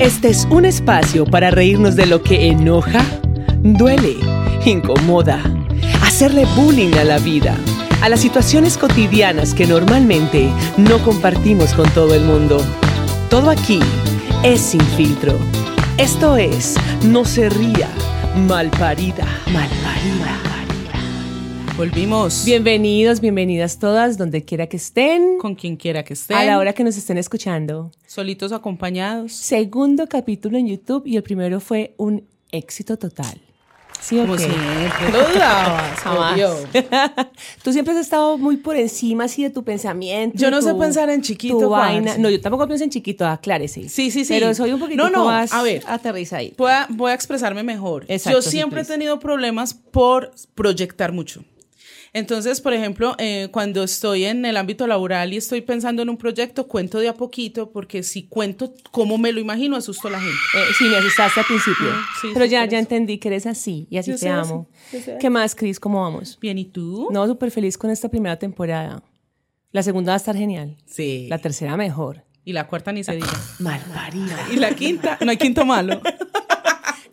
Este es un espacio para reírnos de lo que enoja, duele, incomoda, hacerle bullying a la vida, a las situaciones cotidianas que normalmente no compartimos con todo el mundo. Todo aquí es sin filtro. Esto es No se ría, malparida, malparida. Volvimos. Bienvenidos, bienvenidas todas, donde quiera que estén, Con quien quiera que esté. a la hora que nos estén escuchando. Solitos o acompañados. Segundo capítulo en YouTube y el primero fue un éxito total. Eh, ¿Sí o Como qué? siempre. No dudabas. Jamás. obvio. Tú siempre has estado muy por encima así de tu pensamiento. Yo y no sé tu- pensar en chiquito, tu parce. vaina. No, yo tampoco pienso en chiquito, aclárese. Sí, sí, sí. Pero soy un poquito No, no, más a ver. aterriza ahí. Voy a, voy a expresarme mejor. Exacto, Yo sí, siempre he please. tenido problemas por proyectar mucho. Entonces, por ejemplo, eh, cuando estoy en el ámbito laboral y estoy pensando en un proyecto, cuento de a poquito, porque si cuento como me lo imagino, asusto a la gente. Eh, sí, me asustaste al principio. Mm, Sí, sí, Pero ya, por eso. ya entendí que eres así y así Yo te soy amo. así, yo soy ¿Qué más, Cris? ¿Cómo vamos? Bien, ¿y tú? No, súper feliz con esta primera temporada. La segunda va a estar genial. Sí. La tercera mejor. y la cuarta ni se diga. Malparida. Y la quinta, no hay quinto malo.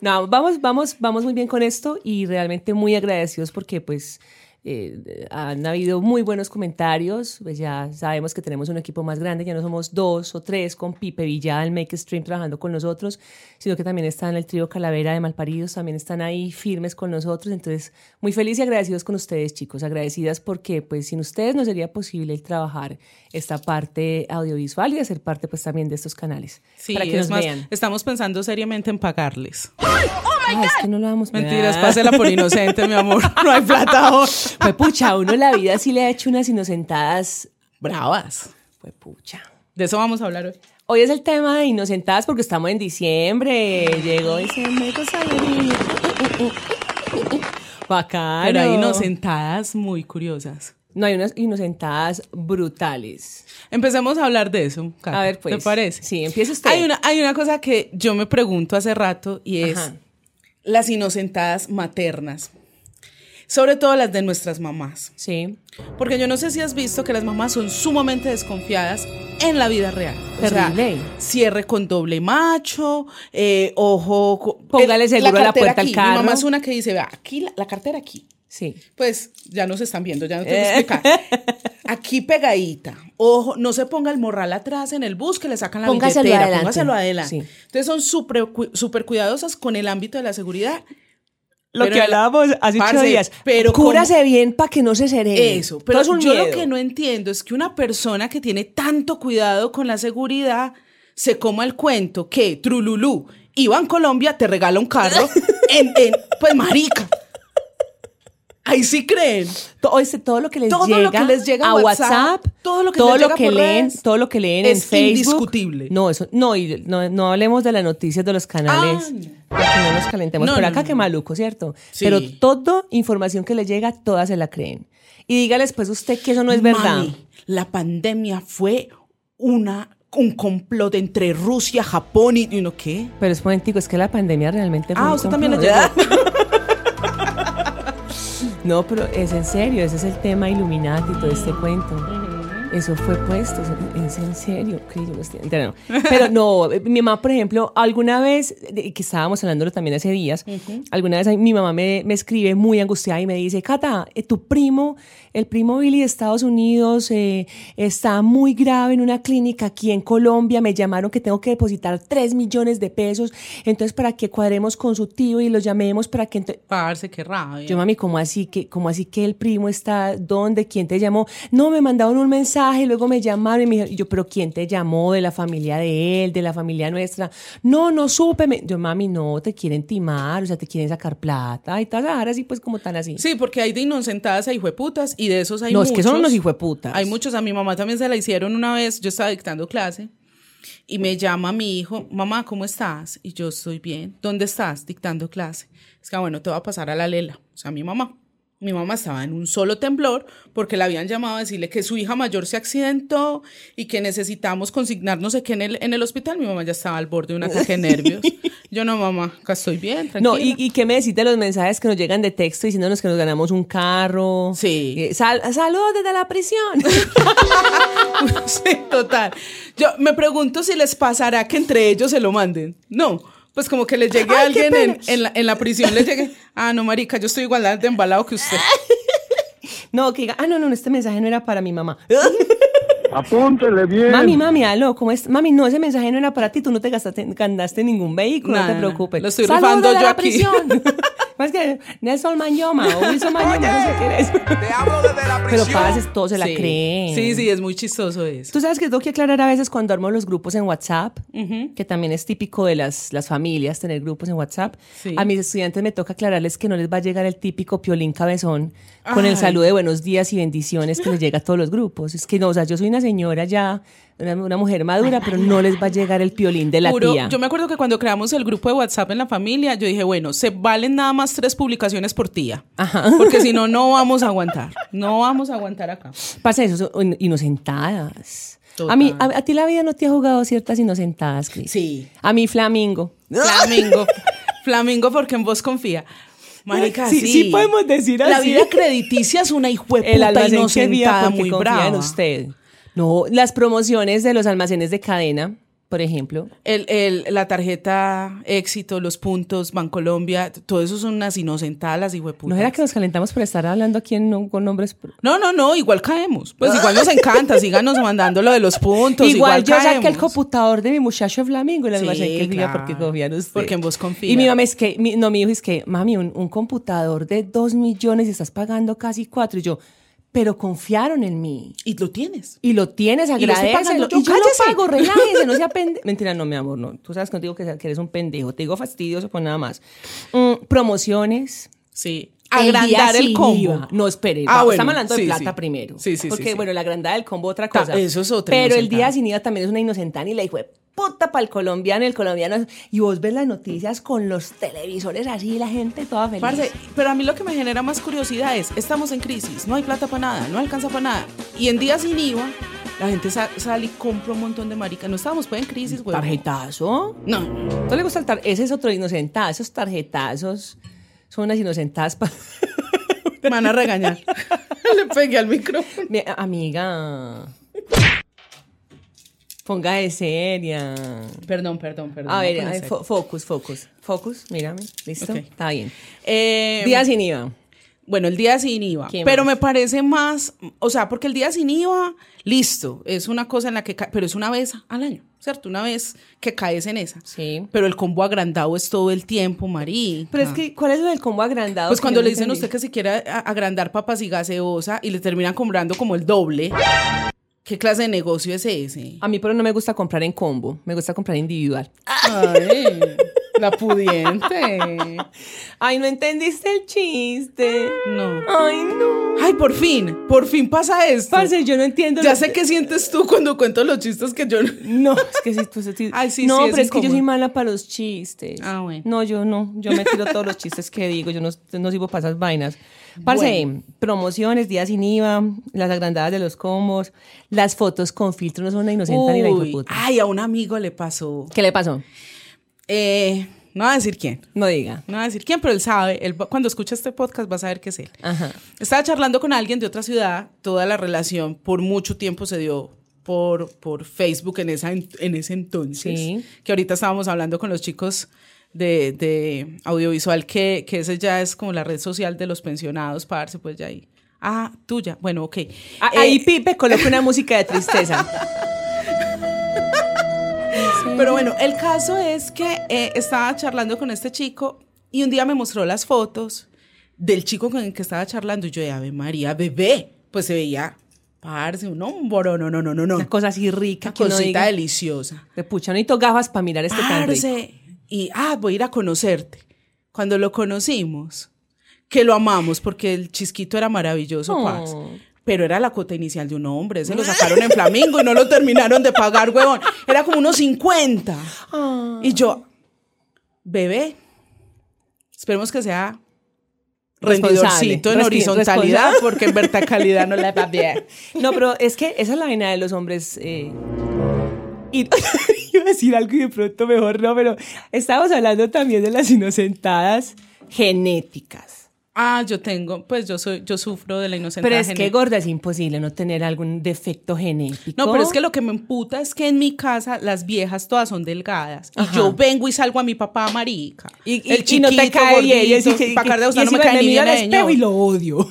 No, vamos, vamos, vamos muy bien con esto y realmente muy agradecidos porque pues eh, han habido muy buenos comentarios. Pues ya sabemos que tenemos un equipo más grande, ya no somos dos o tres con Pipe Villada del Make Stream trabajando con nosotros, sino que también están el trío Calavera de Malparidos, también están ahí firmes con nosotros. Entonces, muy feliz y agradecidos con ustedes, chicos. Agradecidas porque pues sin ustedes no sería posible el trabajar esta parte audiovisual y hacer parte pues también de estos canales. Sí, para que es nos más, vean. estamos pensando seriamente en pagarles. Ah, es que no lo vamos a Oh Mentiras, pásela por inocente, mi amor. No hay plata ahora. Pues pucha, a uno la vida sí le ha hecho unas inocentadas. Bravas. Pues pucha. De eso vamos a hablar hoy. Hoy es el tema de inocentadas porque estamos en diciembre. Llegó diciembre, cosa de- Bacano. Pero hay inocentadas muy curiosas. No, hay unas inocentadas brutales. Empecemos a hablar de eso. Cata. A ver, pues. ¿Te parece? Sí, empieza usted. Hay una, hay una cosa que yo me pregunto hace rato y es Ajá. las inocentadas maternas. Sobre todo las de nuestras mamás. Sí. Porque yo no sé si has visto que las mamás son sumamente desconfiadas en la vida real. O sea, Terrible. cierre con doble macho, eh, ojo. co- Póngale eh, seguro a la cartera puerta al aquí. carro. Mi mamá es una que dice, "Vea, aquí, la, la cartera aquí. Sí. Pues ya nos están viendo, ya no tengo Eh. que explicar. Aquí pegadita. Ojo, no se ponga el morral atrás en el bus que le sacan la Póngaselo billetera. adelante. Póngaselo adelante. Sí. Entonces son súper cu- súper cuidadosas con el ámbito de la seguridad. Lo Pero que la- hablábamos hace ocho Parce, días. pero Cúrase bien para que no se serene. Eso, pero Todo es un Eh, yo lo miedo. que no entiendo es que una persona que tiene tanto cuidado con la seguridad se coma el cuento que Trululú, Iván Colombia te regala un carro en, en- pues marica. Ahí sí creen. To- o este- todo lo que les Todo llega, lo que les llega a a WhatsApp, WhatsApp, todo lo que les llega por leen, redes, todo lo que leen en es Facebook. indiscutible. No, eso no y no, no hablemos de las noticias de los canales. Ah, porque no nos calentemos No, por no, acá no. que maluco, ¿cierto? Sí. Pero toda información que les llega todas se la creen. Y dígales pues usted que eso no es verdad. Mami, la pandemia fue una un complot entre Rusia, Japón y y uno qué? Pero es momentico, es que la pandemia realmente fue Ah, un usted también le complot. llegó. No, pero es en serio, ese es el tema Illuminati, todo este cuento. Eso fue puesto, es- es en serio, que yo no estoy entera, no. Pero no, eh, mi mamá, por ejemplo, alguna vez, de- que estábamos hablándolo también hace días, alguna vez a- mi mamá me, me escribe muy angustiada y me dice, Cata, eh, tu primo, el primo Billy de Estados Unidos, eh, está muy grave en una clínica aquí en Colombia, me llamaron que tengo que depositar 3 millones de pesos, entonces para que cuadremos con su tío y lo llamemos para que... ento- Parce, qué rabia. yo, mami, ¿cómo así que, cómo así que el primo está dónde? ¿Quién te llamó? No, me mandaron un mensaje, luego me llamaron y me dijeron, y yo, pero ¿quién te llamó? ¿De la familia de él? ¿De la familia nuestra? No, no supe. Me- Yo, mami, no, te quieren timar, o sea, te quieren sacar plata y tal, ahora sí, pues como tan así. Sí, porque hay de inocentadas a hijueputas y de esos hay no, muchos. es que son unos hijueputas. Hay muchos, a mi mamá también se la hicieron una vez, yo estaba dictando clase y me llama mi hijo, mamá, ¿cómo estás? Y yo estoy bien, ¿dónde estás dictando clase? Es que, ah, bueno, te va a pasar a la Lela, o sea, a mi mamá. Mi mamá estaba en un solo temblor porque la habían llamado a decirle que su hija mayor se accidentó y que necesitamos consignar no sé qué en el, en el hospital. Mi mamá ya estaba al borde de un ataque de nervios. Yo no, mamá, acá estoy bien, tranquila. No, y, y qué me decís de los mensajes que nos llegan de texto diciéndonos que nos ganamos un carro. Sí. Eh, sal- saludos desde la prisión. sí, total. Yo me pregunto si les pasará que entre ellos se lo manden. No, pues como que les llegue Ay, qué alguien en, pena. en la, en la prisión, les llegue, ah, no, marica, yo estoy igual de embalado que usted. Ah, No, que diga, ah, no, no, no, este mensaje no era para mi mamá. Apúntele bien. mami, mami, aló, ¿cómo es? Mami, no, ese mensaje no era para ti, tú no te gastaste, ganaste ningún vehículo, Nah, no te preocupes. lo estoy Saludos rifando desde yo la aquí. prisión. Más que Nelson Mañoma o Wilson Mañoma, no sé quién es. Te hablo desde la Pero prisión. pases, todos se la Sí. creen. Sí, sí, es muy chistoso eso. Tú sabes que tengo que aclarar a veces cuando armo los grupos en WhatsApp, que también es típico de las, las familias tener grupos en WhatsApp. Sí. A mis estudiantes me toca aclararles que no les va a llegar el típico piolín cabezón con Ay. el saludo de buenos días y bendiciones que les llega a todos los grupos. Es que no, o sea, yo soy una señora ya, una, una mujer madura, pero no les va a llegar el piolín de la Juro, tía. yo me acuerdo que cuando creamos el grupo de WhatsApp en la familia, yo dije, bueno, se valen nada más tres publicaciones por tía. Ajá. Porque si no, no vamos a aguantar. No vamos a aguantar acá. Pasa eso, son in- inocentadas. Total. A mí, a, a ti la vida no te ha jugado ciertas inocentadas, Cris. Sí. A mí, Flamingo. Flamingo. Flamingo porque en vos confía. Marica, sí, Sí, sí podemos decir La así. vida crediticia es una el hijueputa almacén que vía inocentada porque muy confía brava. en usted. No, las promociones de los almacenes de cadena, por ejemplo. El, el- la tarjeta éxito, los puntos, Bancolombia, todo eso son unas inocentadas las hijueputas. ¿No era que nos calentamos por estar hablando aquí en, no- con nombres? pro- No, no, no, igual caemos. Pues igual nos encanta, síganos mandando lo de los puntos. Igual, Igual, yo saqué el caemos. computador de mi muchacho Flamingo, el Sí, almacén que él vivía claro. porque confía en usted. Porque en vos confía. Y mi mamá es que, mi- no, mi hijo es que, mami, un, un computador de dos millones y estás pagando casi cuatro. Y yo, pero confiaron en mí. Y lo tienes. Y lo tienes, estoy pagando agradecelo. yo, Y yo cállese. lo pago, relájese, no sea pendejo. Mentira, no, mi amor, no. Tú sabes contigo que, que eres un pendejo. Te digo fastidioso, pues nada más. Mm, promociones. Sí. El día Agrandar el, sin combo. IVA. No, espere. Ah, va- bueno, estamos hablando de sí, plata sí. primero. Sí, sí, sí, Porque, sí. bueno, la agrandada del combo, otra Ta- cosa. eso es otra Pero el inocentada. día sin IVA también es una inocentada y la hijo de puta para el colombiano. El colombiano. Y vos ves las noticias con los televisores así, la gente toda feliz. Parce, pero a mí lo que me genera más curiosidad es, estamos en crisis, no hay plata para nada, no alcanza para nada. Y en días sin IVA, la gente sa- sale y compra un montón de marica. No estábamos pues en crisis, güey. Tarjetazo. No, no, no. ¿No le gusta el tar- Ese es otro inocentado. Esos tarjetazos son unas inocentadas para. me van a regañar. Le pegué al micrófono. Mi- amiga. Ponga de seria. Perdón, perdón, perdón. A no ver, con a ver, ese. fo- focus, focus. Focus, mírame. ¿Listo? Ok. Está bien. Eh, Día sin IVA. Bueno, el día sin IVA. ¿Qué Pero más? me parece más, o sea, porque el día sin IVA, listo, es una cosa en la que, ca- pero es una vez al año, ¿cierto? Una vez que caes en esa. Sí. Pero el combo agrandado es todo el tiempo, Marí. Pero es que, ¿cuál es lo del combo agrandado? Ah. Pues que cuando yo no le dicen a entendí? usted que se quiere a- agrandar papas y gaseosa y le terminan comprando como el doble, ¿qué clase de negocio es ese? A mí, pero no me gusta comprar en combo. Me gusta comprar individual. Ah. Ay, la pudiente. Ay, no entendiste el chiste. No. Ay, no. Ay, por fin, por fin pasa esto. Parce, yo no entiendo. Ya lo- sé qué sientes tú cuando cuento los chistes que yo... No, es que sí, tú sí- Ay, sí, No, sí, es pero es, que yo incómodo. soy mala para los chistes. Ah, bueno. No, yo no. Yo me tiro todos los chistes que digo. Yo no, no sirvo para esas vainas. Parce, Bueno. promociones, días sin IVA, las agrandadas de los combos, las fotos con filtro no son una inocente ni la Uy, hijueputa. ay, a un amigo le pasó. ¿Qué le pasó? Eh, no va a decir quién. No diga. No va a decir quién, pero él sabe. Él, va- cuando escucha este podcast va a saber que es él. Ajá. Estaba charlando con alguien de otra ciudad. Toda la relación por mucho tiempo se dio por, por Facebook en, esa, en, en ese entonces. Sí. Que ahorita estábamos hablando con los chicos de, de audiovisual, que, que ese ya es como la red social de los pensionados, para darse pues ya ahí. Ah, tuya. Bueno, ok. A- Eh, Ah, ahí Pipe coloca una música de tristeza. Pero bueno, el caso es que eh, estaba charlando con este chico y un día me mostró las fotos del chico con el que estaba charlando y yo de Ave María, bebé, pues se veía, parce, un hombro, no, no, no, no, no. Una cosa así rica. Una Que uno cosita diga, deliciosa. de pucha, no necesito gafas para mirar este tan rico. Parce, y ah, voy a ir a conocerte. Cuando lo conocimos, que lo amamos porque el chisquito era maravilloso, Oh. parce. Pero era la cuota inicial de un hombre, se lo sacaron en Flamingo y no lo terminaron de pagar, huevón. Era como unos 50. Ah. Y yo, bebé, esperemos que sea rendidorcito en respi- horizontalidad responsable. porque en verticalidad no le va bien. No, pero es que esa es la vaina de los hombres. eh, Y iba a decir algo y de pronto mejor no, pero estábamos hablando también de las inocentadas genéticas. Ah, yo tengo, pues yo soy, yo sufro de la inocencia. Pero es que, genética. gorda, es imposible no tener algún defecto genético. No, pero es que lo que me emputa es que en mi casa las viejas todas son delgadas. Y Ajá. yo vengo y salgo a mi papá marica. Y, y- y no te cae bien. Y así que- para que- de y usar no me encima cae ni miro bien al la espejo señora. y lo odio.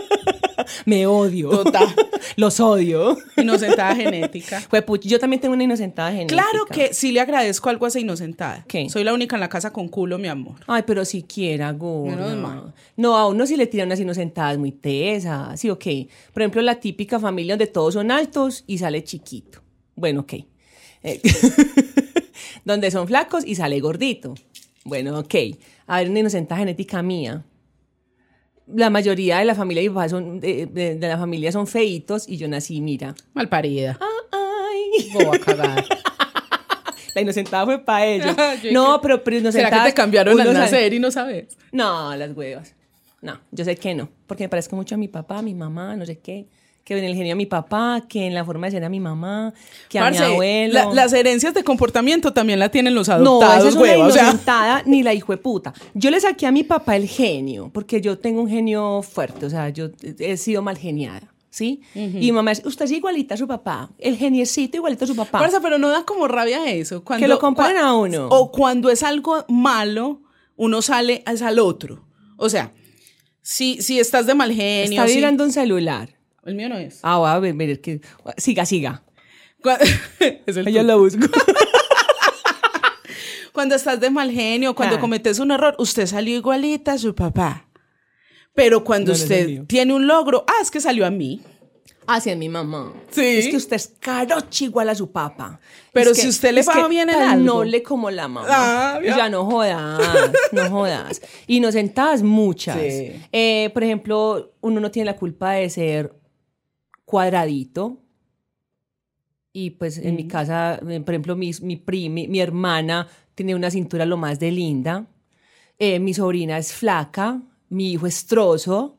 me odio. Total. Los odio. Inocentada genética. Juepuch, yo también tengo una inocentada genética. Claro que sí le agradezco algo a esa inocentada. ¿Qué? Soy la única en la casa con culo, mi amor. Ay, pero siquiera, gorda. Menos mal. No, a uno sí le tiran unas inocentadas muy tesas, sí, ok. Por ejemplo, la típica familia donde todos son altos y sale chiquito. Bueno, ok. Eh, donde son flacos y sale gordito. Bueno, ok. A ver, una inocentada genética mía. La mayoría de la familia de mi papá son, de, de- de la familia son feitos y yo nací, mira. Ah, Malparida. Ay. Boba cagada. La inocentada fue para ellos. Yo dije, No, pero, pero ¿Será que inocentadas, te cambiaron al unos al- nacer y no sabes? No, las huevas. No, yo sé que no. Porque me parezco mucho a mi papá, a mi mamá, no sé qué. Que en el genio a mi papá, que en la forma de ser a mi mamá, que a Parce, mi abuelo. la- las herencias de comportamiento también la tienen los no, esa adoptados, es una hueva. O sea, inocentada ni la hijo de puta. Yo le saqué a mi papá el genio, porque yo tengo un genio fuerte, o sea, yo he sido mal geniada, ¿sí? Y mi mamá es, usted es igualita a su papá, el geniecito igualito a su papá. parce, pero no da como rabia eso. Cuando, Que lo comparen cua- a uno. O cuando es algo malo, uno sale es al otro. O sea, si, si estás de mal genio. Está si- vibrando un celular. El mío no es. Ah, voy a ver, ver que... Siga, siga. Cua- es el tuyo. Yo lo busco. Cuando estás de mal genio, cuando Ah. cometes un error, usted salió igualita a su papá. Pero cuando No, no es el usted mío. tiene un logro, ah, es que salió a mí. hacia Ah, mi mamá. Sí. Es que usted es carochi igual a su papá. Pero Es si que- usted le es va que bien en tan algo. noble como la mamá. Ah, o sea, no jodas, no jodas. Inocentadas muchas. Sí. Eh, por ejemplo, uno no tiene la culpa de ser cuadradito. Y pues en Mm. mi casa, eh, por ejemplo, mi, mi, pri- mi, mi hermana tiene una cintura lo más de linda. Eh, mi sobrina es flaca. Mi hijo es trozo.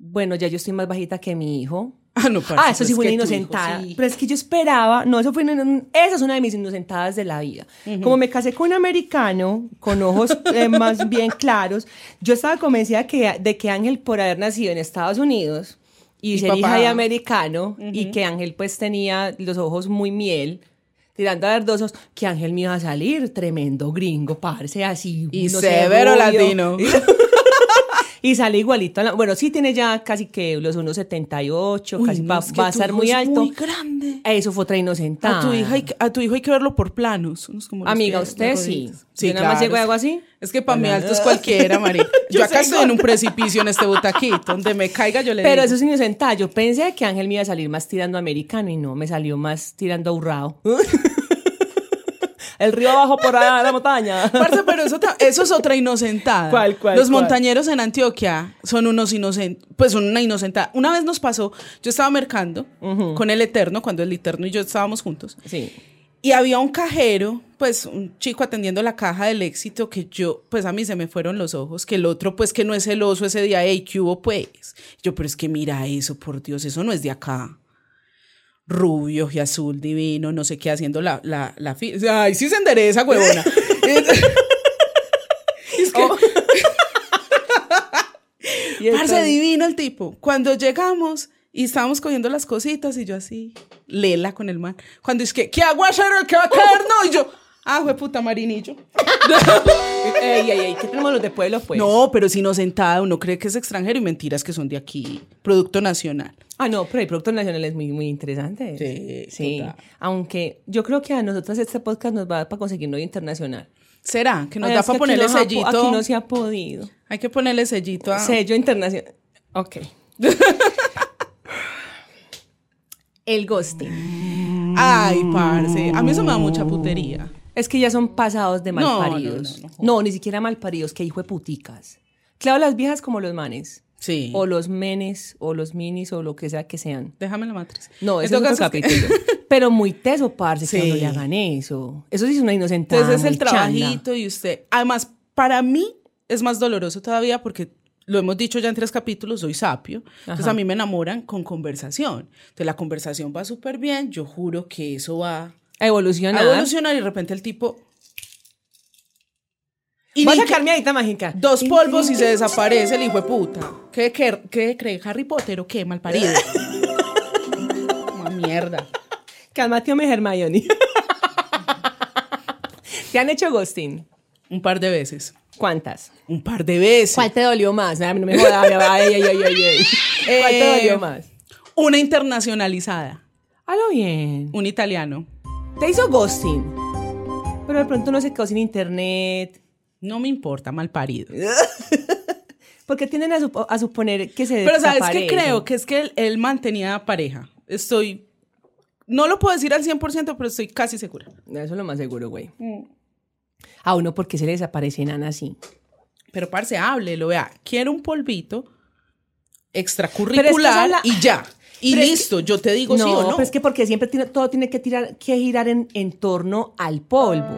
Bueno, ya yo estoy más bajita que mi hijo. Ah, no, parce, Ah, eso pero sí es fue que una tu hijo, inocentada. sí. Pero es que yo esperaba, no, eso fue una, un- esa es una de mis inocentadas de la vida. Como me casé con un americano, con ojos eh, más bien claros, yo estaba convencida que, de que Ángel, por haber nacido en Estados Unidos y, Y ser papá. hija de americano, y que Ángel pues tenía los ojos muy miel, tirando a verdosos, que Ángel me iba a salir tremendo gringo, parce, así. Y no sé, severo rubio. latino. Y sale igualito. a la- bueno, sí tiene ya casi que los 1,78, Uy, casi no, va, es que va a tu estar hijo muy es alto. muy grande. Eso fue otra inocentada. A tu, hija hay, que- a tu hijo hay que verlo por planos. unos como los Amiga, pies, usted las sí. rodillas. Yo nada más llego y hago así. Es que para mí Hola. alto es cualquiera, María. Yo, Yo acá soy estoy en un precipicio en este botaquito. Donde me caiga, yo le Pero eso digo. es inocentada. Yo pensé que Ángel me iba a salir más tirando americano y no, me salió más tirando aburrado. El río abajo por allá, la montaña. Parce, pero eso, ta- eso es otra inocentada. ¿Cuál, cuál, Los cuál? montañeros en Antioquia son unos inocentes, pues son una inocentada. Una vez nos pasó, yo estaba mercando con el Eterno, cuando el Eterno y yo estábamos juntos, Sí. y había un cajero, pues un chico atendiendo la caja del éxito que yo, pues a mí se me fueron los ojos, que el otro pues que no es el oso ese día, hey, ¿qué hubo pues? Yo, pero es que mira eso, por Dios, eso no es de acá. Rubio y azul divino, no sé qué, haciendo la, la, la fi- Ay, sí se endereza, huevona. es que, Parce, Y entonces- divino el tipo. Cuando llegamos y estábamos cogiendo las cositas y yo así, lela con el man. Cuando es que, ¿qué aguacero el que va a caer? No, y yo, ah, fue puta marinillo. Ey, ey, ey, ¿qué tenemos los de pueblo, pues? No, pero si no sentada, uno cree que es extranjero y mentiras que son de aquí, producto nacional. Ah, no, pero hay productos nacionales muy, muy interesantes. Sí, Sí. total. Aunque yo creo que a nosotras este podcast nos va para conseguir novio internacional. ¿Será? Que nos Ay, da es que para aquí ponerle no se ha po- sellito. Ah. Aquí no se ha podido. Hay que ponerle sellito a. Sello internacional. Ok. El ghosting. Ay, parce. A mí eso me da mucha putería. Es que ya son pasados de No, no, no, malparidos. no, No, no. ni siquiera malparidos, que hijo de puticas. Claro, las viejas como los manes. Sí. O los menes, o los minis, o lo que sea que sean. Déjame la matriz. No, En ese es todo otro caso que- capítulo. Pero muy teso, parce, Sí. que a uno le hagan eso. Eso sí es una inocentada. Entonces es el muy chanda. trabajito y usted. Además, para mí es más doloroso todavía porque lo hemos dicho ya en tres capítulos, soy sapio. Entonces Ajá. a mí me enamoran con conversación. Entonces la conversación va súper bien, yo juro que eso va Evolucionar. a evolucionar y de repente el tipo... Y Voy a ni sacar que- mi adita mágica. dos polvos y se desaparece el hijo de puta. ¿Qué, qué, qué cree Harry Potter o qué? Malparido. Una mierda. Calmate, hombre, Hermione. ¿Te han hecho ghosting? Un par de veces. ¿Cuántas? Un par de veces. ¿Cuál te dolió más? No, no me jodas. ay, ay, ay, ay, ay. ¿Cuál te Eh, dolió más? Una internacionalizada. Halo bien. Un italiano. Te hizo ghosting. Pero de pronto no se quedó sin internet. No me importa, malparido. Eh, Porque tienden a, supo- a suponer que se Pero ¿sabes qué desaparece. creo? Que es que él, él mantenía pareja. Estoy... No lo puedo decir al 100%, pero estoy casi segura. Eso es lo más seguro, güey. A uno porque se le desaparecen nana así. Pero parce, hable, lo vea. Quiero un polvito Pero es que esa extracurricular es la- y ya. Y Pero es listo, yo te digo sí o no. pero es que porque siempre tiene- todo tiene que, tirar, que girar en, en torno al polvo.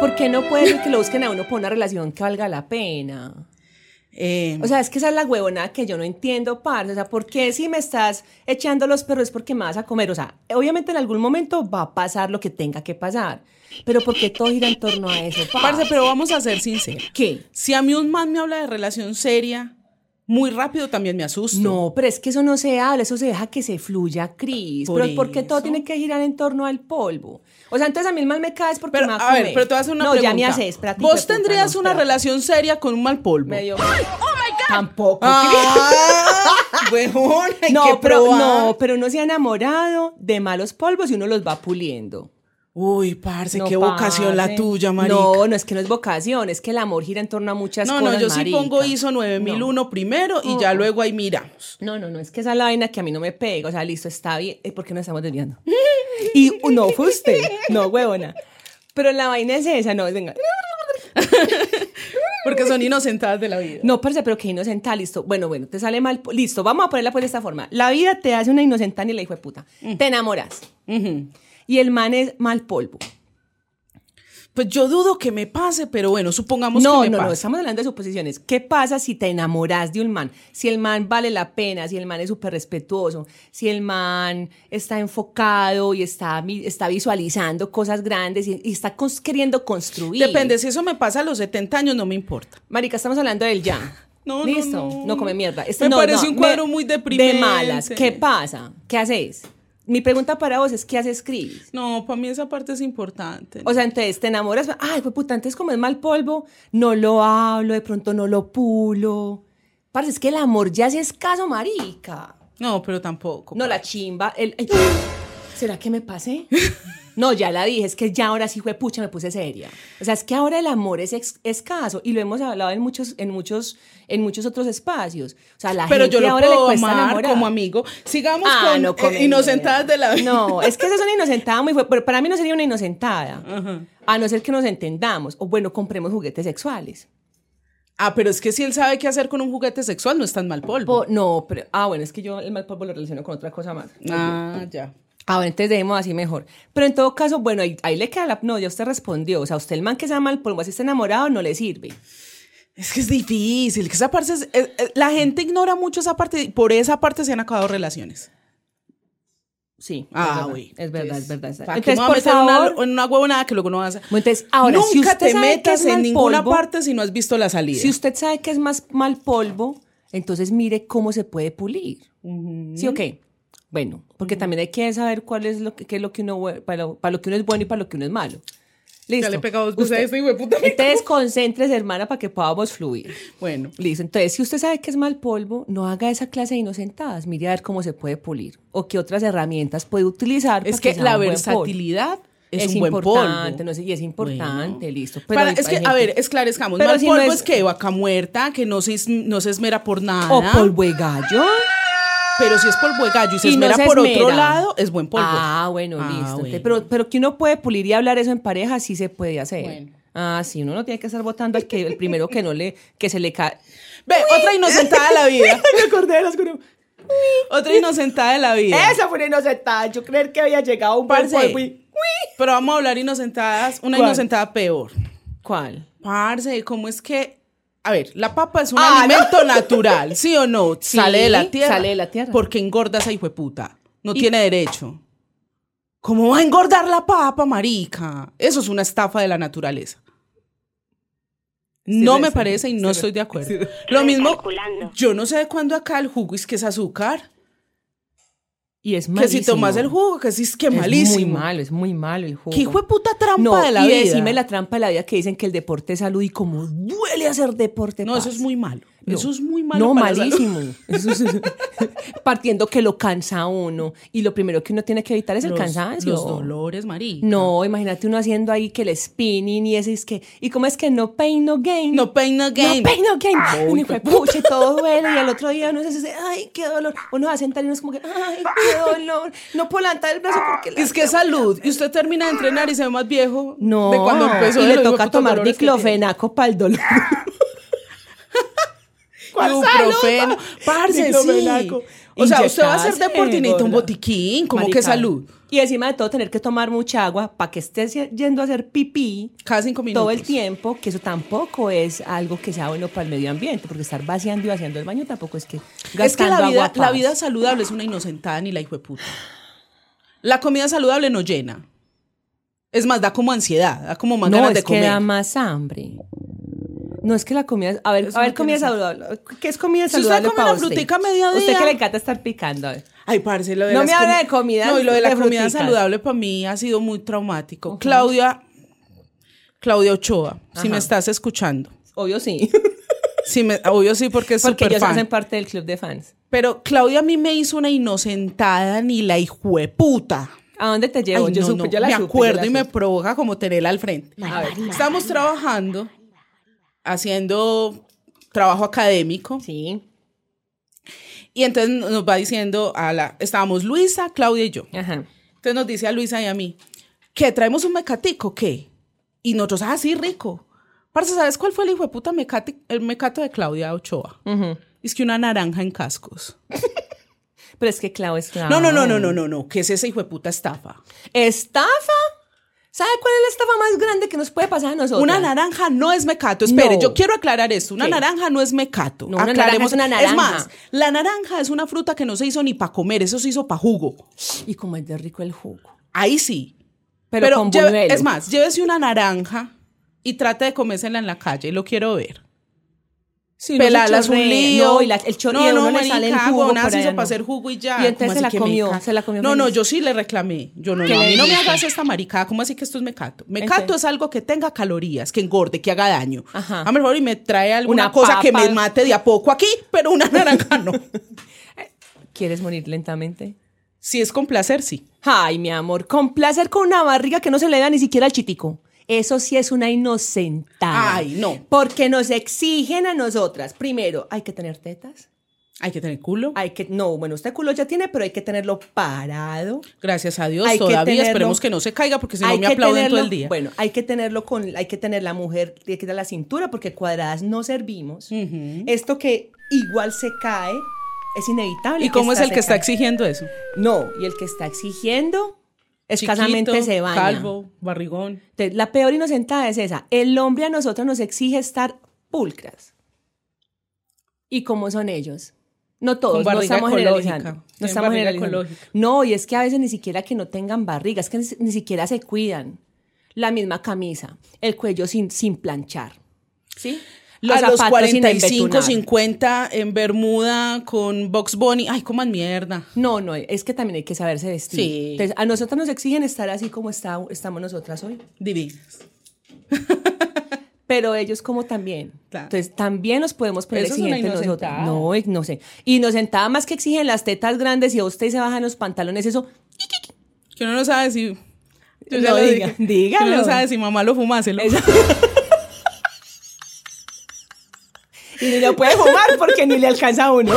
¿Por qué no puede ser que lo busquen a uno por una relación que valga la pena? Eh, O sea, es que esa es la huevonada que yo no entiendo, parce. O sea, ¿por qué si me estás echando los perros es porque me vas a comer? O sea, obviamente en algún momento va a pasar lo que tenga que pasar. Pero ¿por qué todo gira en torno a eso, parce? Parce, pero vamos a ser sinceros. ¿Qué? Si a mí un man me habla de relación seria, muy rápido también me asusto. No, pero es que eso no se habla, eso se deja que se fluya, Cris. Por pero porque todo eso. tiene que girar en torno al polvo. O sea, entonces a mí el mal me caes porque Pero, me va a ver, comer. pero te voy a hacer una no, pregunta. ya me haces, espérate. hijo de ¿Vos puta, tendrías no, una espérate. ¡Oh, relación seria con un mal polvo? Medio- Tampoco. Ah, huevón, hay no, que pero, probar. no, pero uno se ha enamorado de malos polvos y uno los va puliendo. Uy, parce, No, qué vocación la parce. tuya, marica. No, no es que no es vocación, es que el amor gira en torno a muchas no, cosas. no, yo sí marica. pongo ISO No. 9001 primero y ya luego ahí miramos. No, no, no, es que esa es la vaina que a mí no me pega. O sea, listo, está bien. Eh, ¿Por qué nos estamos desviando? Y uh, no fue usted. No, huevona. Pero la vaina es esa, no, venga. Porque son inocentadas de la vida. No, parce, pero que inocenta, listo. Bueno, bueno, te sale mal. Listo, vamos a ponerla por esta forma. La vida te hace una inocenta ni la hijo de puta. Te enamoras. Ujú. Y el man es mal polvo. Pues yo dudo que me pase, pero bueno, supongamos No, que me no, no, pase. estamos hablando de suposiciones. ¿Qué pasa si te enamoras de un man? Si el man vale la pena, si el man es súper respetuoso, si el man está enfocado y está, mi- está visualizando cosas grandes y, y está cons- queriendo construir. Depende, si eso me pasa a los 70 años, no me importa. Marica, estamos hablando del ya. No, no, Listo, no. come mierda. Este- Me no, parece no, un cuadro muy De deprimente. malas. ¿Qué pasa? ¿Qué haces? Mi pregunta para vos es, ¿qué haces, Cris? No, para mí esa parte es importante. O sea, entonces te enamoras, ay, pues puta, antes como es mal polvo, no lo hablo, de pronto no lo pulo. Parce, es que el amor ya es escaso, marica. no, pero tampoco. No, la chimba, el... ay, ¿Será que me pasé? No, ya la dije, es que ya ahora sí fue pucha, me puse seria. O sea, es que ahora el amor es ex- escaso y lo hemos hablado en muchos, en muchos, en muchos otros espacios. O sea, la pero gente yo lo ahora le puedo cuesta amar enamorar. como amigo. Sigamos Ah, con no, eh, come inocentadas mierda. de la vida. No, es que eso es una inocentada muy fuerte. Pero para mí no sería una inocentada. A no ser que nos entendamos. O bueno, compremos juguetes sexuales. Ah, pero es que si él sabe qué hacer con un juguete sexual, no es tan mal polvo. Po- no, pero. Ah, bueno, es que yo el mal polvo lo relaciono con otra cosa más. ah, ya. Ah, bueno, entonces dejemos así mejor. Pero en todo caso, bueno, ahí, ahí le queda la. No, ya usted respondió. O sea, usted el man que sea mal polvo, así está enamorado, no le sirve. Es que es difícil, que esa parte es- es- es- la gente ignora mucho esa parte y por esa parte se han acabado relaciones. Sí. Ah, es verdad, güey. Es verdad, es verdad. es verdad. ¿Para qué me Entonces, voy a meter por en una- favor. en una huevonada que luego no vas a... Bueno, entonces, ahora, Nunca si usted te sabe que metas es en mal ninguna polvo- parte si no has visto la salida. Si usted sabe que es más mal polvo, entonces mire cómo se puede pulir. ¿Sí o qué? Bueno, porque también hay que saber cuál es lo que, qué es lo que uno bue- para lo, para lo que uno es bueno y para lo que uno es malo. Listo. le he pegado dos veces a este hijueputa. Entonces concéntrese, hermana, para que podamos fluir. Bueno, Listo. Entonces, si usted sabe que es mal polvo, no haga esa clase de inocentadas. Mire a ver cómo se puede pulir o qué otras herramientas puede utilizar. es para que que sea la un buen polvo. versatilidad es, un buen importante, polvo. no sé, y es importante, listo. Pero Para- hay- es que, hay a gente- ver, esclarezcamos. Pero mal si no polvo es- es... que vaca muerta, que no se, es- no se esmera por nada. o polvo de gallo. Pero si es polvo de gallo y se Y no esmera se por otro esmera. lado, es buen polvo. Ah, bueno, Ah, listo. Entonces, bueno. Pero, pero que uno puede pulir y hablar eso en pareja, sí se puede hacer. Bueno. Ah, sí, uno no tiene que estar votando al que el primero que no le, que se le cae. Ve, otra inocentada de la vida. Me acordé de las que Otra inocentada de la vida. Esa fue una inocentada. Yo creer que había llegado un Parce. polvo y- Pero vamos a hablar inocentadas, una ¿Cuál? inocentada peor. ¿Cuál? Parce, ¿cómo es que A ver, la papa es un alimento natural, ¿sí o no? Sí, sale de la tierra. sale de la tierra. Porque engorda esa hijueputa. No tiene derecho. ¿Cómo va a engordar la papa, marica? Eso es una estafa de la naturaleza. no re- me sí, parece y no estoy de acuerdo. Lo mismo, Recalculando. yo no sé de cuándo acá el jugo es que es azúcar. Y es malísimo. Que si tomas el jugo, que si es que es malísimo. muy malo, es muy malo el jugo. ¿Qué hijo de puta trampa no, de la y vida? decime la trampa de la vida que dicen que el deporte es salud y como duele hacer deporte. No, eso parce. es muy malo. No. Eso es muy malo. No, para la salud. malísimo. Eso es- partiendo que lo cansa a uno. Y lo primero que uno tiene que evitar es el Los- cansancio. Los dolores, marica. No, imagínate uno haciendo ahí que el spinning y ese es que. ¿Y cómo es que no pain, no gain? No pain, no gain. No pain, no gain. Ay, uno fue pucha, todo duele. Y al otro día uno se dice, ay, qué dolor. Uno va a sentar y uno es como que, ay, qué dolor. No puedo levantar el brazo porque. la- Es que es salud. Y usted termina de entrenar y se ve más viejo. No, De cuando empezó y de le los toca putos tomar dolores que tiene. diclofenaco para el dolor. ¿Cuál Ibuprofeno. salud? Parce, sí. Diclofenaco. O sea, usted va a hacer Inyectarse, deporte y necesita un gorda. botiquín. ¿Cómo Marica, que salud? Y encima de todo, tener que tomar mucha agua para que estés yendo a hacer pipí Cada cinco minutos. todo el tiempo, que eso tampoco es algo que sea bueno para el medio ambiente, porque estar vaciando y vaciando el baño tampoco es que gastando Es que la agua vida, la paz. vida saludable es una inocentada ni la hijo La comida saludable no llena. Es más, da como ansiedad, da como más no ganas es de que da comer. más hambre. No es que la comida, a ver, Eso a ver no comida tiene saludable. ¿Qué es comida Si usted saludable come para la usted? frutica a mediodía- Usted que le encanta estar picando. a ver. Ay, parce, lo de No las me hable comi- de comida, No, y lo de la de comida fruticas. saludable para mí ha sido muy traumático. Claudia, Claudia Ochoa, si me Ajá. estás escuchando. Obvio sí, Si me, obvio sí, porque es porque súper ellos fan. hacen parte del club de fans. Pero Claudia a mí me hizo una inocentada ni la hijueputa. ¿A dónde te Ay, llevo? yo no, supe, no, yo la me supe, yo acuerdo la y me supe. provoca como tenerla al frente. A ver. Estamos trabajando, haciendo trabajo académico. Sí. Y entonces nos va diciendo a la... Estábamos Luisa, Claudia y yo. Ajá. Entonces nos dice a Luisa y a mí, que traemos un mecatico, ¿qué? Y nosotros, ah, sí, rico. Parce, ¿sabes cuál fue el hijo de puta mecati- el mecato de Claudia Ochoa? Es que una naranja en cascos. Pero es que Clau es Clau. No, no, no, no, no, no, no. ¿Qué es esa hijo de puta estafa? ¿Estafa? ¿Sabe cuál es la estafa más grande que nos puede pasar a nosotros? Una naranja no es mecato. Espere, No. yo quiero aclarar esto. Una ¿Qué? naranja no es mecato. No, una Aclaremos. naranja es una naranja. más, la naranja es una fruta que no se hizo ni para comer, eso se hizo para jugo. Y como es de rico el jugo. Ahí sí. Pero con lleve- buñuelo. Es más, llévese una naranja y trate de comérsela en la calle. Lo quiero ver. Sí, Pelarla es no se un chorrea. lío. No, y la- el chorro no, no le sale el marica, jugo. huevona, por se hizo allá, no. para hacer jugo y ya. Y entonces ¿Cómo se la así que comió, meca- se la comió No, no, feliz. yo sí le reclamé. Yo no, no, ¿Qué a le mí no me dijiste? hagas esta maricada. ¿Cómo así que esto es mecato? Mecato Entonces- es algo que tenga calorías, que engorde, que haga daño. Ajá. A lo mejor y me trae alguna Una cosa que me papa. mate de a poco aquí, pero una naranja no. ¿Quieres morir lentamente? Si es con placer, sí. Ay, mi amor, complacer con una barriga que no se le da ni siquiera al chitico. Eso sí es una inocentada. Ay, no. Porque nos exigen a nosotras. Primero, hay que tener tetas. Hay que tener culo. Hay que. No, bueno, usted culo ya tiene, pero hay que tenerlo parado. Gracias a Dios, Hay que todavía tenerlo- esperemos que no se caiga porque si no Hay me que aplauden todo tenerlo- el día. Bueno, hay que tenerlo con, hay que tener la mujer, tiene que dar la cintura porque cuadradas no servimos. Ujú. Esto que igual se cae es inevitable. ¿Y cómo es esta el que se está caiga. exigiendo eso? No, y el que está exigiendo escasamente Chiquito, se baña. Calvo, barrigón. Entonces, la peor inocentada es esa. El hombre a nosotros nos exige estar pulcras. ¿Y cómo son ellos? No todos, Con no barriga estamos ecológica. generalizando. No Tienen estamos barriga generalizando. ecológica. No, y es que a veces ni siquiera que no tengan barriga, es que ni, ni siquiera se cuidan. La misma camisa, el cuello sin, sin planchar. ¿Sí? a los zapatos sin 45, embetunar. 50 en Bermuda con Box Bunny. Ay, coman mierda. No, no, es que también hay que saberse vestir. Sí. Entonces, a nosotros nos exigen estar así como está, estamos nosotras hoy. Divinas. Pero ellos como también. Claro. Entonces también nos podemos poner Eso es una exigentes nosotros. inocentada. No, ig- no sé. Inocentada más que exigen las tetas grandes y a usted se bajan los pantalones, eso. Que uno no sabe si. Yo ya No, lo diga- dije. dígalo. Que uno no sabe si mamá lo fuma, se lo- eso- y ni lo puede fumar porque ni le alcanza a uno.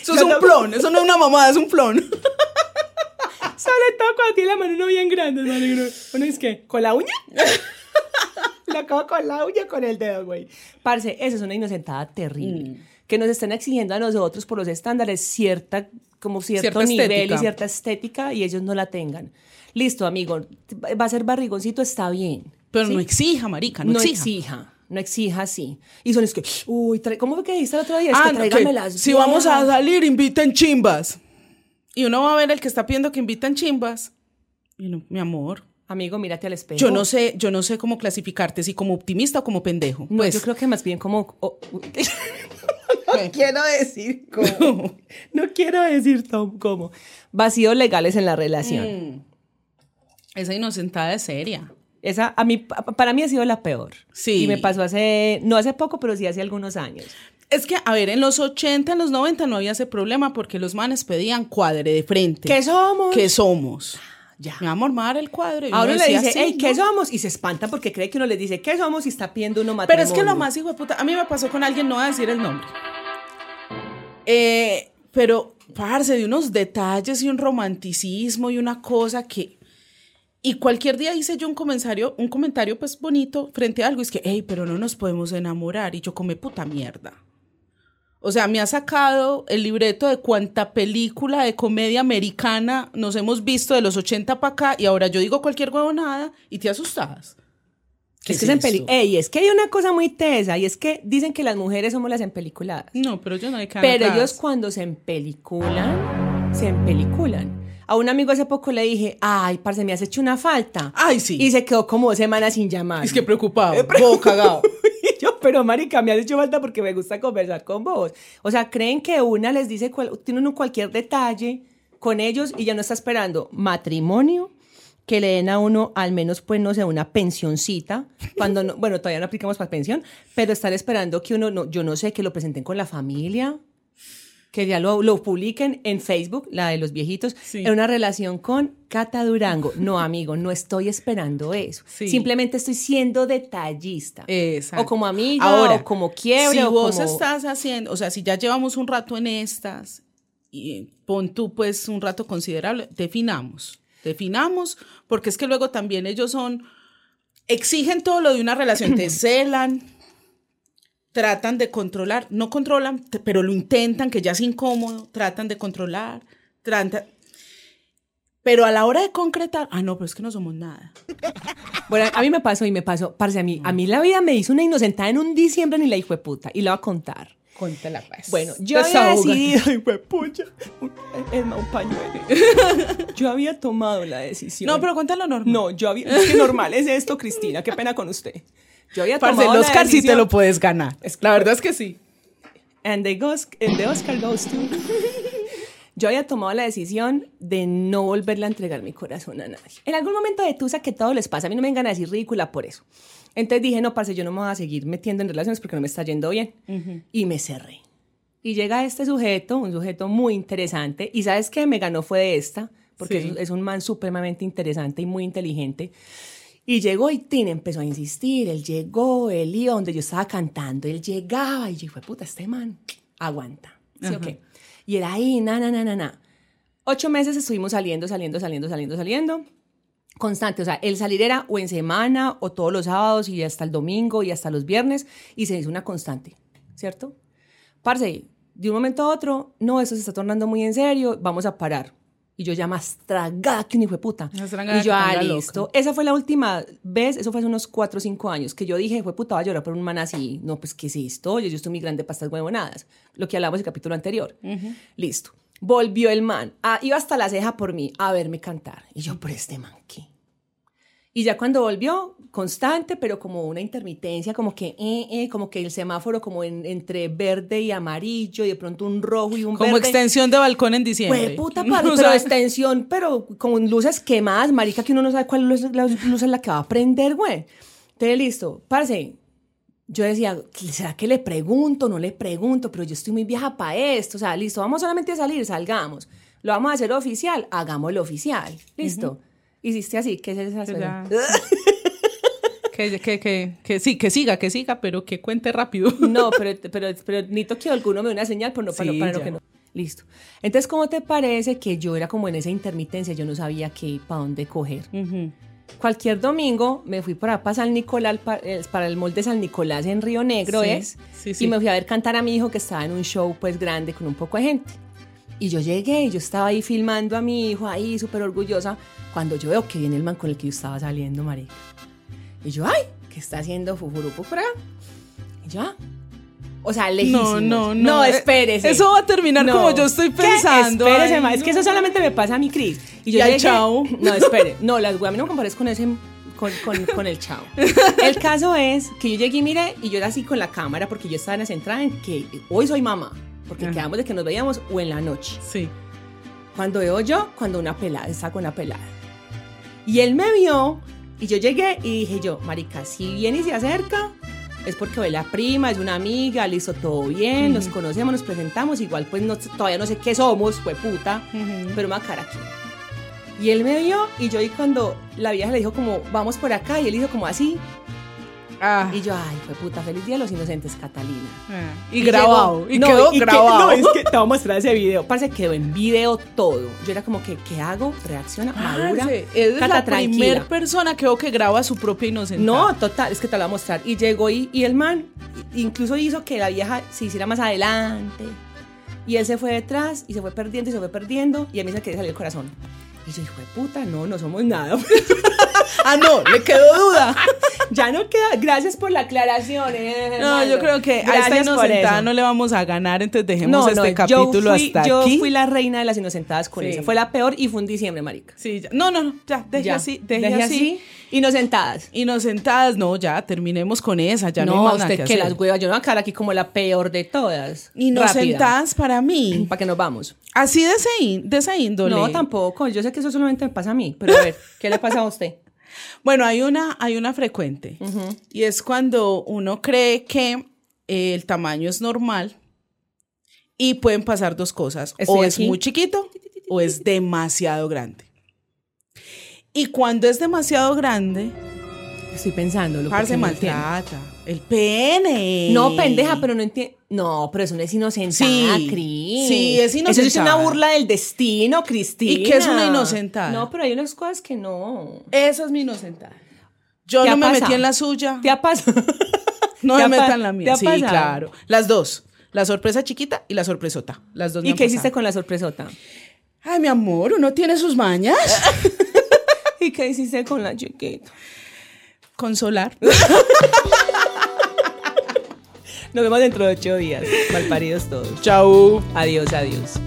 Eso es un plon, eso no es una mamada, es un plon. Sobre todo cuando tiene la mano uno bien grande, hermano, y uno- Uno es que, ¿con la uña? Lo acabo con la uña con el dedo, güey. Parce, eso es una inocentada terrible. Mm. Que nos estén exigiendo a nosotros por los estándares cierta, como cierto Cierta nivel estética. y cierta estética y ellos no la tengan. Listo, amigo, va a ser barrigoncito, está bien. Pero ¿sí? no exija, marica, no, no exija. exija. No exija así. Y son es que, uy, tra- ¿cómo fue que dijiste el otro día? Es Ah, que no, tráigame que las si vamos a viejas. salir, inviten chimbas. Y uno va a ver el que está pidiendo que invitan chimbas. Y uno, mi amor, Amigo, mírate al espejo. yo no sé, yo no sé cómo clasificarte, si como optimista o como pendejo. No, pues, yo creo que más bien como... oh, uy. ¿Qué? no quiero decir cómo. No quiero decir Tom cómo. Vacíos legales en la relación. Mm. esa inocentada es seria. Esa, a mí, pa- para mí ha sido la peor. Sí. Y me pasó hace, no hace poco, pero sí hace algunos años. Es que, a ver, en los 80, en los 90 no había ese problema porque los manes pedían cuadre de frente. ¿Qué somos? ¿Qué somos? Ya. Mi amor, me va a dar el cuadre. Y Ahora uno le decía dice, así, hey, ¿qué ¿no? somos? Y se espanta porque cree que uno le dice, ¿qué somos? Y está pidiendo uno matrimonio. Pero es que lo más hijo de puta, a mí me pasó con alguien, no voy a decir el nombre. Eh, pero, parce, de unos detalles y un romanticismo y una cosa que... Y cualquier día hice yo un comentario, un comentario pues bonito frente a algo, y es que, hey, pero no nos podemos enamorar, y yo come puta mierda. O sea, me ha sacado el libreto de cuánta película de comedia americana nos hemos visto de los 80 para acá, y ahora yo digo cualquier huevonada y te asustas. ¿Qué Es que es en esto? peli- Ey, es que hay una cosa muy tesa y es que dicen que las mujeres somos las empeliculadas. No, pero yo no he Pero ellos cuando se empeliculan, se empeliculan. A un amigo hace poco le dije, ay, parce, me has hecho una falta. Ay, sí. Y se quedó como dos semanas sin llamar. Es que preocupado. preocupado. Bo cagado. Y yo, pero marica, me has hecho falta porque me gusta conversar con vos. O sea, creen que una les dice, cual- tiene uno cualquier detalle con ellos y ya no está esperando matrimonio, que le den a uno al menos, pues, no sé, una pensioncita, cuando, no- bueno, todavía no aplicamos para pensión, pero estar esperando que uno, no, yo no sé, que lo presenten con la familia, que ya lo, lo publiquen en Facebook, la de los viejitos, Sí. en una relación con Cata Durango. No, amigo, no estoy esperando eso. Sí. Simplemente estoy siendo detallista. Exacto. O como amiga, o como quiebra, Si o vos como- estás haciendo, o sea, si ya llevamos un rato en estas, y eh, pon tú pues un rato considerable, definamos. Definamos, porque es que luego también ellos son, exigen todo lo de una relación, te celan, tratan de controlar, no controlan, te- pero lo intentan, que ya es incómodo, tratan de controlar, tratan... Pero a la hora de concretar, ah, no, pero es que no somos nada. Bueno, a mí me pasó y me pasó. Parce, a mí, a mí la vida me hizo una inocentada en un diciembre ni la hijo de puta. Y la voy a contar. Cuéntala, pues. Bueno, yo había decidido, hijuepucha, un- es más, un pañuelo. Yo había tomado la decisión. No, pero cuéntalo normal. No, yo había. Es que normal es esto, Cristina. Qué pena con usted. Yo había Parce, tomado el la Oscar sí te decisión. lo puedes ganar. La verdad es que sí. And the, gos- and the Oscar goes to. Yo había tomado la decisión de no volverle a entregar mi corazón a nadie. En algún momento de Tusa que todo les pasa, a mí no me vengan a decir ridícula por eso. Entonces dije, no, parce, yo no me voy a seguir metiendo en relaciones porque no me está yendo bien. Y me cerré. Y llega este sujeto, un sujeto muy interesante, y ¿sabes qué? Me ganó fue de esta, porque Sí. es, es un man supremamente interesante y muy inteligente. Y llegó y Tin empezó a insistir, él llegó, él iba donde yo estaba cantando, él llegaba y yo fue puta, este man aguanta. ¿Sí o qué? Y era ahí, na, na, na, na, na. Ocho meses estuvimos saliendo, saliendo, saliendo, saliendo, saliendo. Constante, o sea, el salir era o en semana o todos los sábados y hasta el domingo y hasta los viernes y se hizo una constante, ¿cierto? Parce, de un momento a otro, no, eso se está tornando muy en serio, vamos a parar. Y yo ya más tragada que un hijo de puta. Más tragada Y que yo, ah, tanga loca". listo. Esa fue la última vez, eso fue hace unos 4 o 5 años, que yo dije, fue puta, va a llorar por un man así. No, pues, ¿qué es esto? Yo, yo estoy muy grande para estas huevonadas. Lo que hablamos en el capítulo anterior. Listo. Volvió el man. Ah, iba hasta la ceja por mí a verme cantar. Y yo, pero este man, ¿qué? Y ya cuando volvió, constante, pero como una intermitencia, como que, eh, eh, como que el semáforo como en- entre verde y amarillo, y de pronto un rojo y un Como verde. extensión de balcón en diciembre. Pues puta parce, O pero sea, extensión, pero con luces quemadas, marica, que uno no sabe cuál luz, la luz es la que va a prender, güey. Entonces, listo, parce. Yo decía, ¿será que le pregunto? No le pregunto, pero yo estoy muy vieja para esto. O sea, listo, vamos solamente a salir, salgamos. Lo vamos a hacer oficial, hagámoslo oficial. Listo. Hiciste así, ¿qué es esa Pues ya. suena? que, que, que, que sí, que siga, que siga, pero que cuente rápido. No, pero, pero, pero necesito que alguno me dé una señal pero no, para, Sí, para lo ya. que no. Listo. Entonces, ¿cómo te parece que yo era como en esa intermitencia? Yo no sabía qué, para dónde coger. Cualquier domingo me fui para, para San Nicolás, pa- eh, para, el molde San Nicolás en Río Negro, Sí, es. sí, sí. Y me fui a ver cantar a mi hijo que estaba en un show pues grande con un poco de gente. Y yo llegué y yo estaba ahí filmando a mi hijo ahí, súper orgullosa, cuando yo veo que viene el man con el que yo estaba saliendo, marica. Y yo, ay, ¿qué está haciendo Fujurupu por acá? ¿Ya? O sea, No, lejísimos. no, no. No, espérese. Eso va a terminar No. como yo estoy ¿Qué? pensando. Espérese, Ay, ma, es que eso no. solamente me pasa a mi Cris. Y al llegué- chao. No, espere. No, las güey, a mí no me compares con ese. Con, con- con el chao. El caso es que yo llegué y miré y yo era así con la cámara porque yo estaba en centrada en que hoy soy mamá. Porque Ajá. quedamos de que nos veíamos o en la noche. Sí. Cuando veo yo, cuando una pelada está con una pelada. Y él me vio y yo llegué y dije yo, marica, si viene y se acerca, es porque ve la prima, es una amiga, le hizo todo bien, nos conocemos, nos presentamos, igual pues no, todavía no sé qué somos, fue puta, Ujú. pero me va a quedar aquí. Y él me vio y yo y cuando la vieja le dijo como, vamos por acá, y él hizo como así, Ah. y yo, ay, fue puta, feliz día de los inocentes, Catalina. Ah. Y, grabado. llegó- y no, quedó y que- grabado. no, es que te voy a mostrar ese video. Parece que quedó en video todo. Yo era como que, ¿qué hago? Reacciona, madura. Parce, es cata la tranquila. primera persona creo que graba su propia inocencia. No, total, es que te lo voy a mostrar. Y llegó y, y el man i- incluso hizo que la vieja se hiciera más adelante. Y él se fue detrás y se fue perdiendo y se fue perdiendo. Y a mí se le quería salir el corazón. Y yo, hijo de puta, no, no somos nada. ah, no, le quedó duda. ya no queda. Gracias por la aclaración. eh, No, hermano. yo creo que a esta Gracias por inocentada eso. no le vamos a ganar, entonces dejemos este yo capítulo fui- hasta yo aquí. fui la reina de las inocentadas con Sí. esa. Fue la peor y fue un diciembre, marica. Sí, ya. No, no, no, ya, deje Ya. así, deje, Dejé así. Inocentadas. Inocentadas, no, ya, terminemos con esa, ya no, hay no, más nada usted que, hacer. las huevas. Yo no voy a quedar aquí como la peor de todas. Inocentadas para mí, Para que nos vamos. así de, ese in- de esa índole. No, tampoco. Yo sé que eso solamente me pasa a mí. Pero a ver, ¿qué le pasa a usted? Bueno, hay una, hay una frecuente y es cuando uno cree que eh, el tamaño es normal y pueden pasar dos cosas, o Estoy es aquí. muy chiquito o es demasiado grande. Y cuando es demasiado grande, Estoy pensando. Lo parce maltrata el pene. No, pendeja, pero no entiendo. No, pero eso no es inocentada, Sí, Cris. sí, es Eso es una inocentada. burla del destino, Cristina. ¿Y qué es una inocentada? No, pero hay unas cosas que no. Esa es mi inocentada. Yo ¿Te no ha me metí pasado? en la suya. ¿Te ha pasado? No ¿Te me ha pa- metan la te mía. ha Sí, pasado? claro. Las dos. La sorpresa chiquita y la sorpresota. Las dos me ¿Y han qué hiciste pasado. con la sorpresota? Ay, mi amor, uno tiene sus mañas. ¿Y qué hiciste con la chiquita? Consolar. Nos vemos dentro de ocho días. Malparidos todos. Chao. Adiós, adiós.